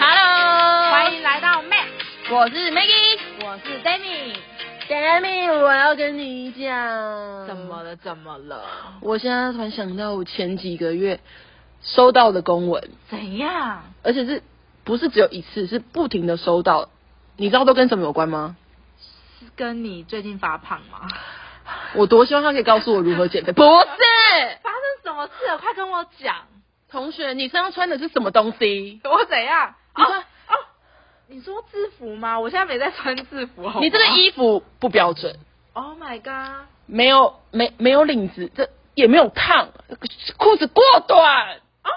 哦我是 Maggie，我是 Danny。 Danny，我要跟你讲，怎么？了？怎么了？我现在突然想到，我前几个月收到的公文，怎样？而且是不是只有一次，是不停的收到。你知道都跟什么有关吗？是跟你最近发胖吗？我多希望他可以告诉我如何减肥。不是， 发生什么事了？快跟我讲！同学，你身上穿的是什么东西？我怎样？你哦说哦，你说制服吗？我现在没在穿制服，好吗你这个衣服不标准， ，Oh my god！没有没没有领子，这也没有烫，裤子过短。 Oh my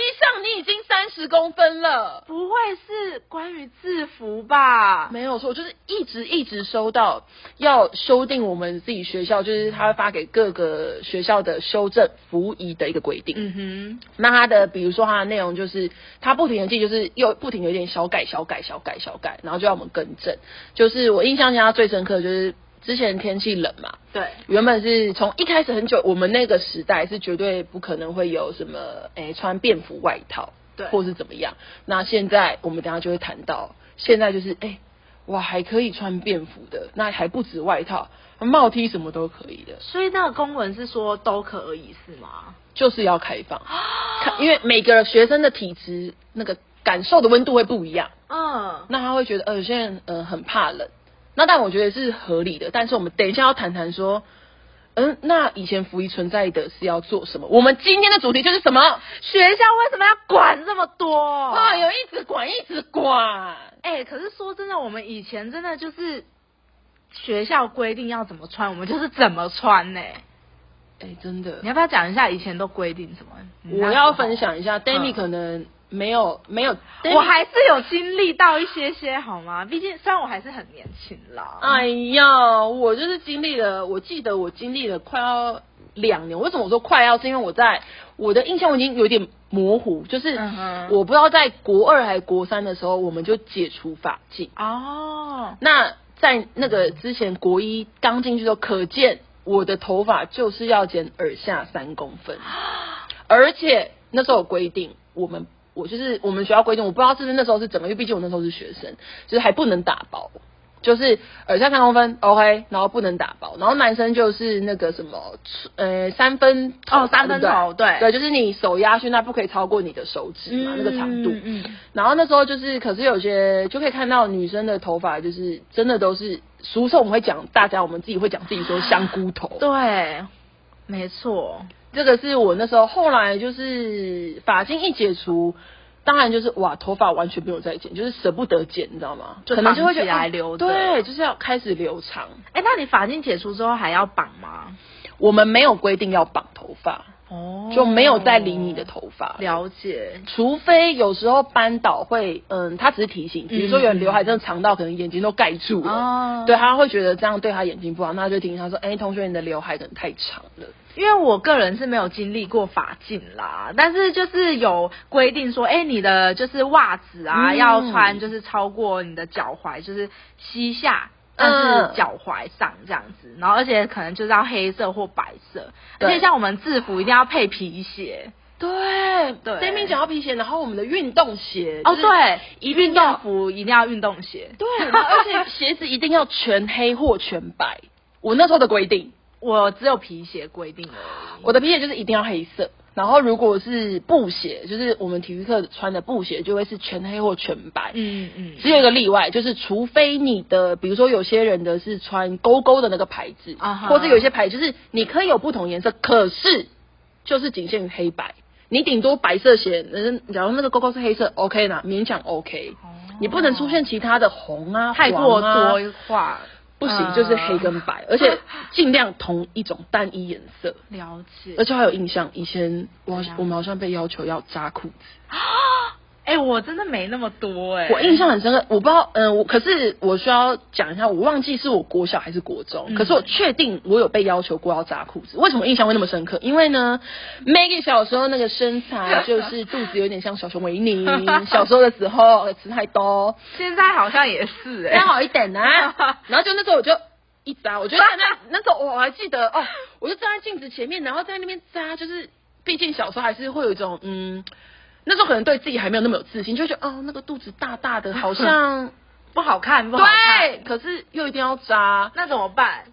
衣 啊上你已经三十公分了，不会是关于制服吧？没有错，我就是一直一直收到要修订我们自己学校，就是他发给各个学校的修正服仪的一个规定。嗯哼，那它的比如说它的内容就是，它不停的记，就是又不停有点小改、小改、小改、小改，然后就要我们更正。就是我印象中它最深刻的就是之前天气冷嘛，对，原本是从一开始很久，我们那个时代是绝对不可能会有什么诶、穿便服外套，对或是怎么样。那现在我们等一下就会谈到，现在就是诶、哇还可以穿便服的，那还不止外套，帽 T 什么都可以的，所以那个公文是说都可以是 吗？就是要开放。啊看因为每个学生的体质那个感受的温度会不一样，嗯，那他会觉得呃有些人呃很怕冷，那但我觉得是合理的。但是我们等一下要谈谈说，嗯，那以前服役存在的是要做什么？我们今天的主题就是什么？学校为什么要管这么多？啊，有一直管，一直管。哎、可是说真的，我们以前真的就是学校规定要怎么穿，我们就是怎么穿呢、哎、真的你，要不要讲一下以前都规定什么？你嗯那我时要候分，享一下，Danny 嗯可能没有没有，我还是有经历到一些些好吗？毕竟虽然我还是很年轻啦。哎呀，我就是经历了，我记得我经历了快要两年。为什么我说快要？是因为我在我的印象我已经有点模糊，就是嗯哼我不知道在国二还是国三的时候，我们就解除法禁。哦，那在那个之前，国一刚进去的时候，可见我的头发就是要剪耳下三公分，而且那时候有规定，我们我就是我们学校规定，我不知道是不是那时候是整个，因为毕竟我那时候是学生，就是还不能打薄。就是呃耳下三公分，OK，然后不能打薄，然后男生就是那个什么，呃，三分头吧哦三分对不头对对，就是你手压去，那不可以超过你的手指嘛，那个长度，嗯嗯然后那时候就是，可是有些就可以看到女生的头发，就是真的都是俗称我们会讲，大家我们自己会讲自己说香菇头。嗯对，没错，这个是我那时候后来就是发禁一解除，当然就是哇，头发完全没有再剪，就是舍不得剪，你知道吗？就可能就会绑起觉得来哦留着对，就是要开始留长。哎、那你法禁解除之后还要绑吗？我们没有规定要绑头发，哦就没有再理你的头发。了解，除非有时候扳倒会，嗯，他只是提醒，比如说有人刘海真的长到可能眼睛都盖住了，哦对，他会觉得这样对他眼睛不好，那他就提醒他说，哎、同学，你的刘海可能太长了。因为我个人是没有经历过法禁啦，但是就是有规定说，哎、你的就是袜子啊、嗯要穿就是超过你的脚踝，就是膝下。但嗯是脚踝上这样子，然后而且可能就是要黑色或白色，对而且像我们制服一定要配皮鞋对对对，面讲到皮鞋，然后我们的运动鞋，哦，就是对，一定运要动服一定要运动鞋， 对，然后 而且鞋子一定要全黑或全白。我那时候的规定，我只有皮鞋规定而已。我的皮鞋就是一定要黑色，然后如果是布鞋，就是我们体育课穿的布鞋，就会是全黑或全白。嗯嗯，只有一个例外，就是除非你的，比如说有些人的是穿勾勾的那个牌子啊哈或者有一些牌子就是你可以有不同颜色，可是就是仅限于黑白。你顶多白色鞋，嗯，假如那个勾勾是黑色，OK 啦，勉强 OK、哦你不能出现其他的红啊、太过黄啊多话不行，嗯就是黑跟白，而且尽量同一种单一颜色。了解而。且还有印象，以前我好怎样我们好像被要求要扎裤子。哎、我真的没那么多哎、我印象很深刻，我不知道，嗯、我可是我需要讲一下，我忘记是我国小还是国中，嗯可是我确定我有被要求过要扎裤子。为什么印象会那么深刻？因为呢，Maggie 小时候那个身材就是肚子有点像小熊维尼，小时候的时候呃吃太多，现在好像也是哎、再好一点啊。 然后就那时候我就一扎，我就站在那时候我还记得哦，我就站在镜子前面，然后在那边扎，就是毕竟小时候还是会有一种 嗯，那时候可能对自己还没有那么有自信，就觉得哦那个肚子大大的，好像不好看，不好看，对，可是又一定要扎。那怎么办？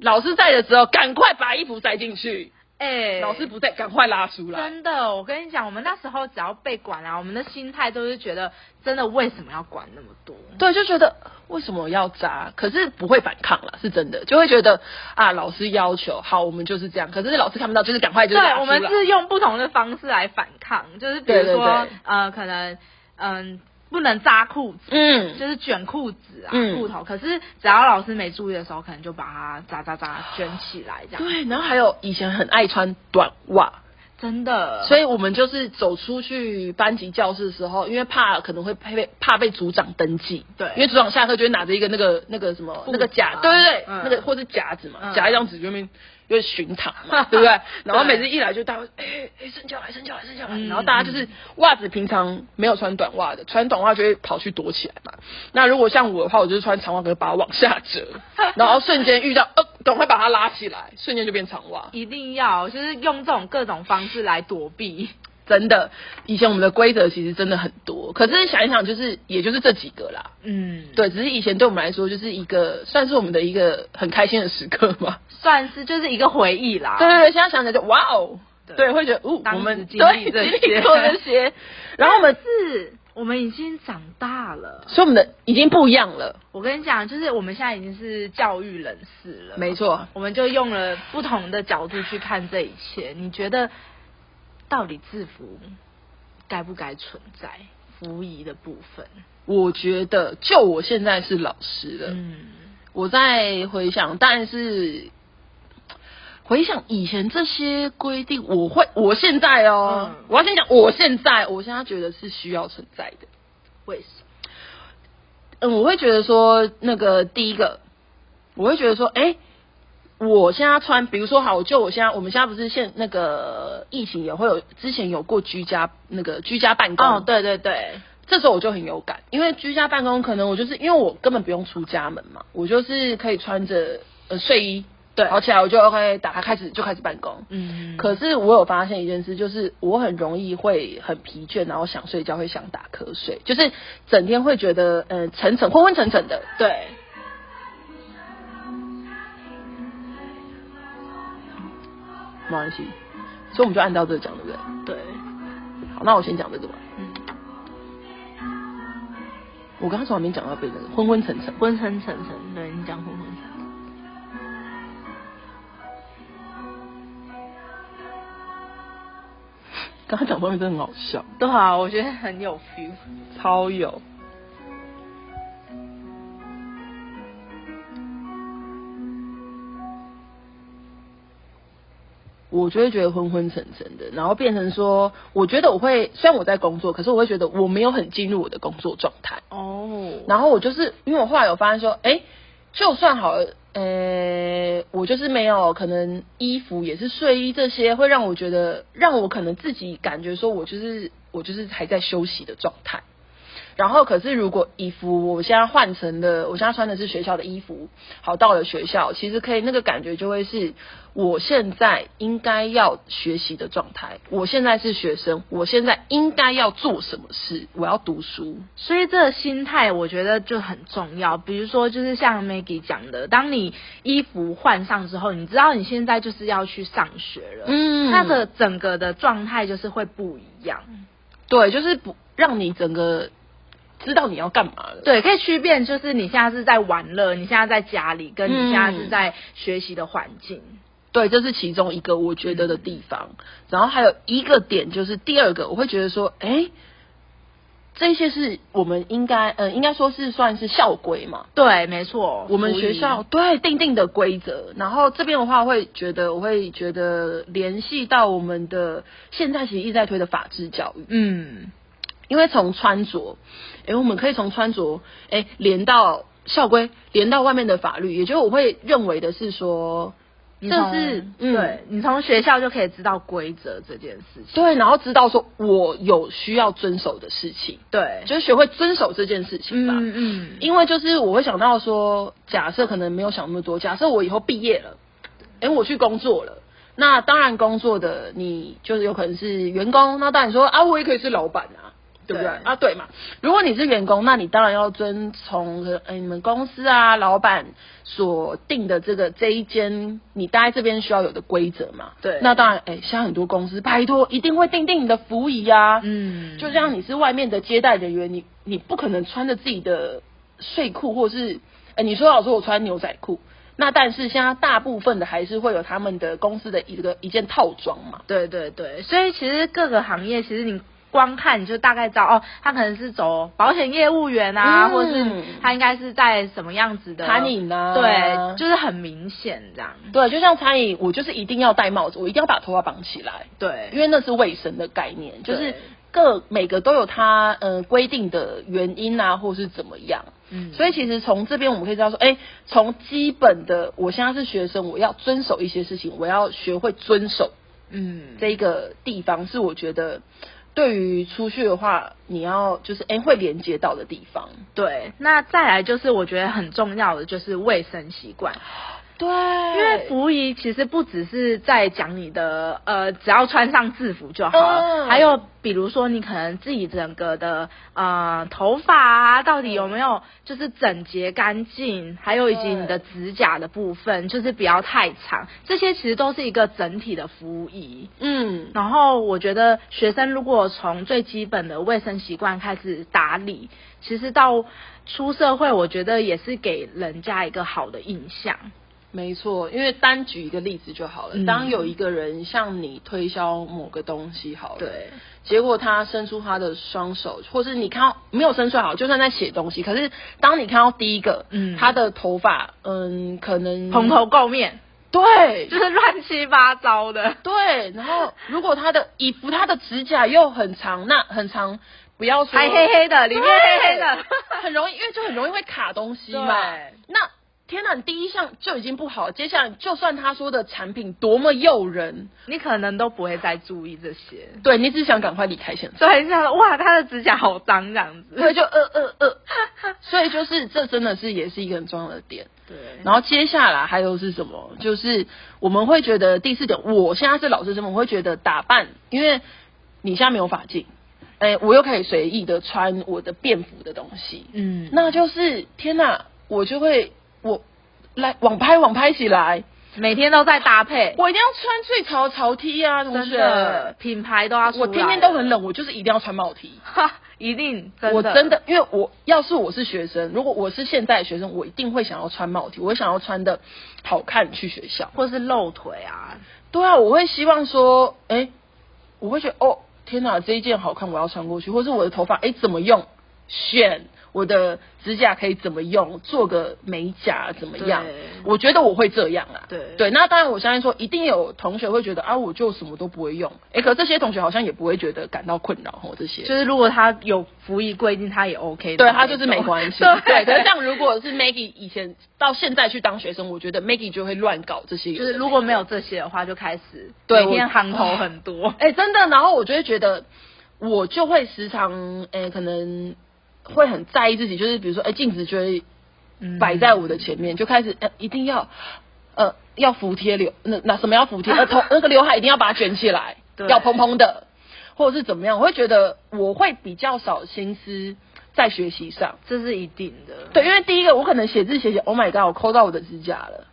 老师在的时候，赶快把衣服塞进去；哎、老师不在，赶快拉出来。真的，我跟你讲，我们那时候只要被管啊，我们的心态都是觉得，真的为什么要管那么多？对，就觉得为什么要扎？可是不会反抗了，是真的，就会觉得啊，老师要求好，我们就是这样。可是老师看不到，就是赶快就是拉对，出我来们是用不同的方式来反抗，就是比如说，对对对呃，可能，嗯、不能扎裤子，嗯，就是卷裤子啊，嗯裤头。可是只要老师没注意的时候，可能就把它扎扎扎卷起来，这样。对。然后还有以前很爱穿短袜，真的，所以以我们就是走出去班级教室的时候，因为怕可能会被怕被组长登记，对因为组长下课就会拿着一个那个那个什么布那个夹夹，对对对，嗯那个或是夹子嘛，嗯夹一张纸就面有点巡堂 嘛，对不对？然后对每次一来就大家哎哎伸脚来伸脚来伸脚来，嗯然后大家就是袜子平常没有穿短袜的，穿短袜就会跑去躲起来嘛。那如果像我的话，我就是穿长袜，可是把它往下 折，然后瞬间遇到呃，赶快把它拉起来，瞬间就变长袜。一定要就是用这种各种方式来躲避。真的，以前我们的规则其实真的很多，可是想一想，就是也就是这几个啦。嗯，对，只是以前对我们来说，就是一个算是我们的一个很开心的时刻嘛。算是就是一个回忆啦。对对对，现在想起来就哇哦，对对，会觉得哦，当时我们经历对这些经历过这 些， 然后我们，是我们已经长大了。所以我们的已经不一样了，我跟你讲，就是我们现在已经是教育人士了，没错。我们就用了不同的角度去看这一切。你觉得到底制服该不该存在服役的部分？我觉得，就我现在是老师了，嗯，我在回想，但是回想以前这些规定，我会，我现在哦，嗯我要先讲，我现在，我现在觉得是需要存在的。为什么？嗯，我会觉得说，那个第一个，我会觉得说，哎、我现在穿，比如说好，就我现在，我们现在不是现那个疫情也会有，之前有过居家那个居家办公，哦，对对对，这时候我就很有感，因为居家办公，可能我就是因为我根本不用出家门嘛，我就是可以穿着呃睡衣，对跑起来我就 OK 打开开始就开始办公。嗯，可是我有发现一件事，就是我很容易会很疲倦，然后想睡觉，会想打瞌睡，就是整天会觉得呃沉沉昏昏沉沉的。对，没关系，所以我们就按照这个讲，对不对？对，好，那我先讲这个吧。嗯，我刚刚从还没讲到被那个昏昏沉沉。昏沉沉沉，对你讲昏昏沉沉，刚刚讲方面真的很好笑，对啊，我觉得很有 feel。超有。我就会觉得昏昏沉沉的，然后变成说，我觉得我会虽然我在工作，可是我会觉得我没有很进入我的工作状态。哦，然后我就是因为我后来有发现说，哎、就算好了，呃，我就是没有可能衣服也是睡衣这些，会让我觉得让我可能自己感觉说我就是我就是还在休息的状态。然后，可是如果衣服我现在换成了，我现在穿的是学校的衣服，好到了学校，其实可以那个感觉就会是我现在应该要学习的状态。我现在是学生，我现在应该要做什么事？我要读书，所以这个心态我觉得就很重要。比如说，就是像 Maggie 讲的，当你衣服换上之后，你知道你现在就是要去上学了，嗯那个整个的状态就是会不一样。对，就是不让你整个知道你要干嘛了。对，可以区辨，就是你现在是在玩乐，你现在在家里，跟你嗯现在是在学习的环境。对，这是其中一个我觉得的地方。然后还有一个点就是第二个，我会觉得说，哎，这些是我们应该，呃，应该说是算是校规嘛。对，没错，我们服学役校对定定的规则，然后这边的话会觉得，我会觉得联系到我们的现在其实一直在推的法治教育，嗯，因为从穿着，诶，我们可以从穿着，诶，连到校规，连到外面的法律，也就是我会认为的是说，你这从是嗯对你从学校就可以知道规则这件事情。对，然后知道说我有需要遵守的事情，对，就是学会遵守这件事情嗯吧。嗯，因为就是我会想到说，假设可能没有想那么多，假设我以后毕业了，诶，我去工作了。那当然，工作的你就是有可能是员工，那当然说啊，我也可以是老板啊，对不对？对啊，对嘛。如果你是员工，那你当然要遵从呃、哎你们公司啊老板所定的这个这一间你待在这边需要有的规则嘛。对那当然，哎，现在很多公司拜托一定会定定你的服仪啊，嗯，就像你是外面的接待人员，你你不可能穿着自己的睡裤，或是呃，你说老师我穿牛仔裤，那但是现在大部分的还是会有他们的公司的一个一件套装嘛。对对对，所以其实各个行业，其实你光看你就大概知道哦，他可能是走保险业务员啊，嗯或者是他应该是在什么样子的餐饮啊对，就是很明显这样。对，就像餐饮，我就是一定要戴帽子，我一定要把头发绑起来，因对，为那是卫生的概念，就是对各每个都有它呃规定的原因啊，或是怎么样。嗯，所以其实从这边我们可以知道说，哎，从基本的，我现在是学生，我要遵守一些事情，我要学会遵守嗯，这一个地方，是我觉得对于出去的话，你要就是哎会连接到的地方。对。那再来就是我觉得很重要的就是卫生习惯，对，因为服仪其实不只是在讲你的呃，只要穿上制服就好了，嗯还有比如说你可能自己整个的呃头发啊，到底有没嗯有就是整洁干净，还有以及你的指甲的部分，就是不要太长，这些其实都是一个整体的服仪。嗯，然后我觉得学生如果从最基本的卫生习惯开始打理，其实到出社会，我觉得也是给人家一个好的印象。没错，因为单举一个例子就好了。嗯当有一个人向你推销某个东西好了，对。结果他伸出他的双手，或是你看到没有伸出来好，就算在写东西，可是当你看到第一个，嗯他的头发，嗯，可能蓬头，垢面，对就是乱七八糟的。对，然后如果他的衣服、他的指甲又很长，那很长，不要说还黑黑的里面对黑黑 的很容易，因为就很容易会卡东西嘛对。那天呐，你第一项就已经不好，接下来就算他说的产品多么诱人，你可能都不会再注意这些。对你只想赶快离开 现场。所以像哇，他的指甲好脏这样子。对，就呃呃呃，所以就是这真的是也是一个很重要的点。对，然后接下来还有是什么？就是我们会觉得第四点，我现在是老师身份，我会觉得打扮，因为你现在没有法镜，哎，我又可以随意的穿我的便服的东西，嗯那就是天哪，我就会我来网拍网拍起来，每天都在搭配，我一定要穿最潮的潮 T 啊，同真学，的品牌都要出我来天天都很，冷，我就是一定要穿帽 T。哈，一定，真的我真的，因为我要是我是学生，如果我是现在的学生，我一定会想要穿帽 T，我会想要穿的好看去学校。或是露腿啊，对啊，我会希望说，哎、我会觉得哦，天哪，这一件好看，我要穿过去，或是我的头发，哎、怎么用？选我的指甲可以怎么用？做个美甲怎么样对？我觉得我会这样啊。对对，那当然我相信说，一定有同学会觉得啊，我就什么都不会用。哎、可这些同学好像也不会觉得感到困扰哦，这些。就是如果他有服役规定，他也 OK 的对那种。他就是没 关系，对。对，可是像如果是 Maggie 以前到现在去当学生，我觉得 Maggie 就会乱搞这些有的就没的。是如果没有这些的话，就开始对每天我行头很多。 哎、真的，然后我就会觉得，我就会时常，哎、可能会很在意自己，就是比如说，哎、镜子就会嗯摆在我的前面，就开始，呃，一定要，呃，要服帖流，那那什么要服帖，呃， 头那个刘海一定要把它卷起来，对要蓬蓬的，或者是怎么样，我会觉得我会比较少心思在学习上。这是一定的。对，因为 第一个我可能写字写写，Oh my god，我抠到我的指甲了。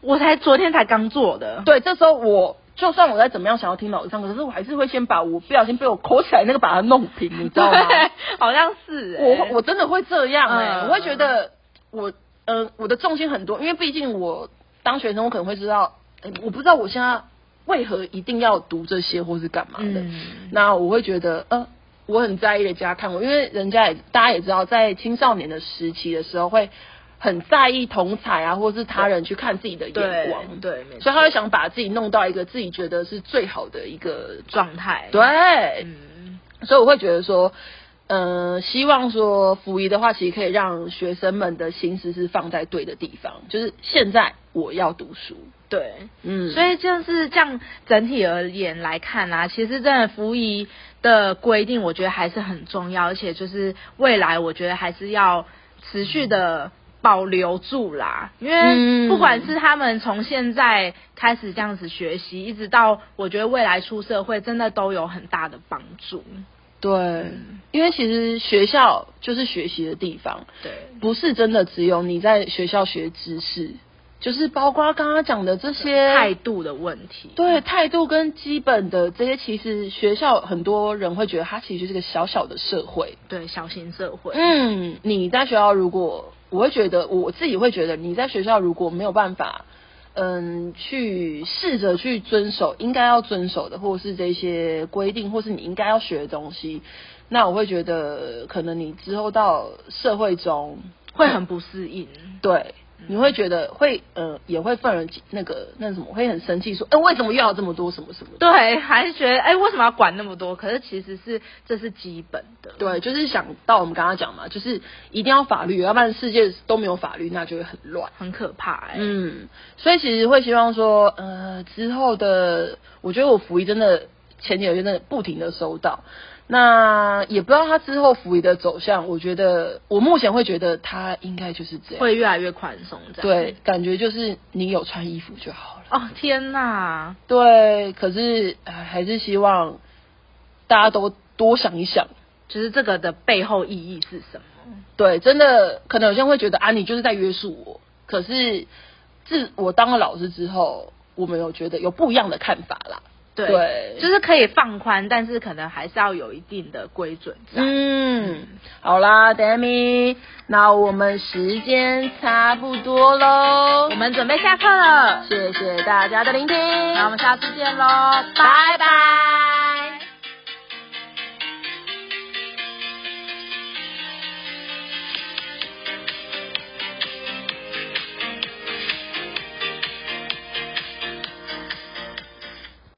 我才昨天才刚做的。对，这时候我就算我再怎么样想要听老师上课，可是我还是会先把我不小心被我抠起来那个把它弄平，你知道 吗？对，好像是、欸。我我真的会这样哎、嗯我会觉得我呃我的重心很多，因为毕竟我当学生，我可能会知道，呃我不知道我现在为何一定要读这些或是干嘛的。嗯那我会觉得呃我很在意人家看我，因为人家也大家也知道，在青少年的时期的时候会。很在意同才啊，或是他人去看自己的眼对光，对没错所以他会想把自己弄到一个自己觉得是最好的一个状，状态。对，，嗯，所以我会觉得说，呃，希望说服仪的话，其实可以让学生们的心思是放在对的地方，就是现在我要读书，对。嗯所以就是这样，整体而言来看啊，其实真的服役的规定，我觉得还是很重要，而且就是未来，我觉得还是要持续的保留住啦。因为嗯不管是他们从现在开始这样子学习，一直到我觉得未来出社会，真的都有很大的帮助。对，因为其实学校就是学习的地方，对，不是真的只有你在学校学知识，就是包括刚刚讲的这些态度的问题，对态度跟基本的这些，其实学校很多人会觉得它其实是个小小的社会。对，小型社会，嗯，你在学校如果，我会觉得我自己会觉得你在学校如果没有办法，嗯，去试着去遵守应该要遵守的，或者是这些规定，或是你应该要学的东西，那我会觉得可能你之后到社会中会很不适应。对，你会觉得会呃，也会愤而那个那什么，会很生气，说，哎、为什么又要这么多什么什么的？对，还是觉得哎、为什么要管那么多？可是其实是这是基本的，对，就是想到我们刚刚讲嘛，就是一定要法律，要不然世界都没有法律，那就会很乱。很可怕哎、嗯，所以其实会希望说，呃，之后的，我觉得我服役真的前几个月真的不停的收到，那也不知道他之后服役的走向，我觉得我目前会觉得他应该就是这样，会越来越宽松这样。对，感觉就是你有穿衣服就好了。哦天哪，对，可是呃还是希望大家都多想一想。就是这个的背后意义是什么？对，真的可能有些人会觉得啊，你就是在约束我。可是自我当了老师之后，我们有觉得有不一样的看法啦。对，对就是可以放宽，但是可能还是要有一定的规准在。嗯，好啦，Demi，那我们时间差不多喽我，们准备下课了，谢谢大家的聆听，那我们下次见喽，拜拜。